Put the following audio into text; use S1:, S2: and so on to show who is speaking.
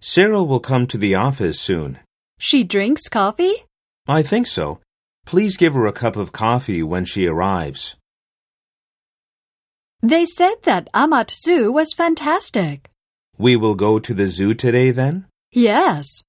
S1: Sarah will come to the office soon.
S2: She drinks coffee?
S1: I think so. Please give her a cup of coffee when she arrives.
S2: They said that Amat Zoo was fantastic.
S1: We will go to the zoo today then?
S2: Yes.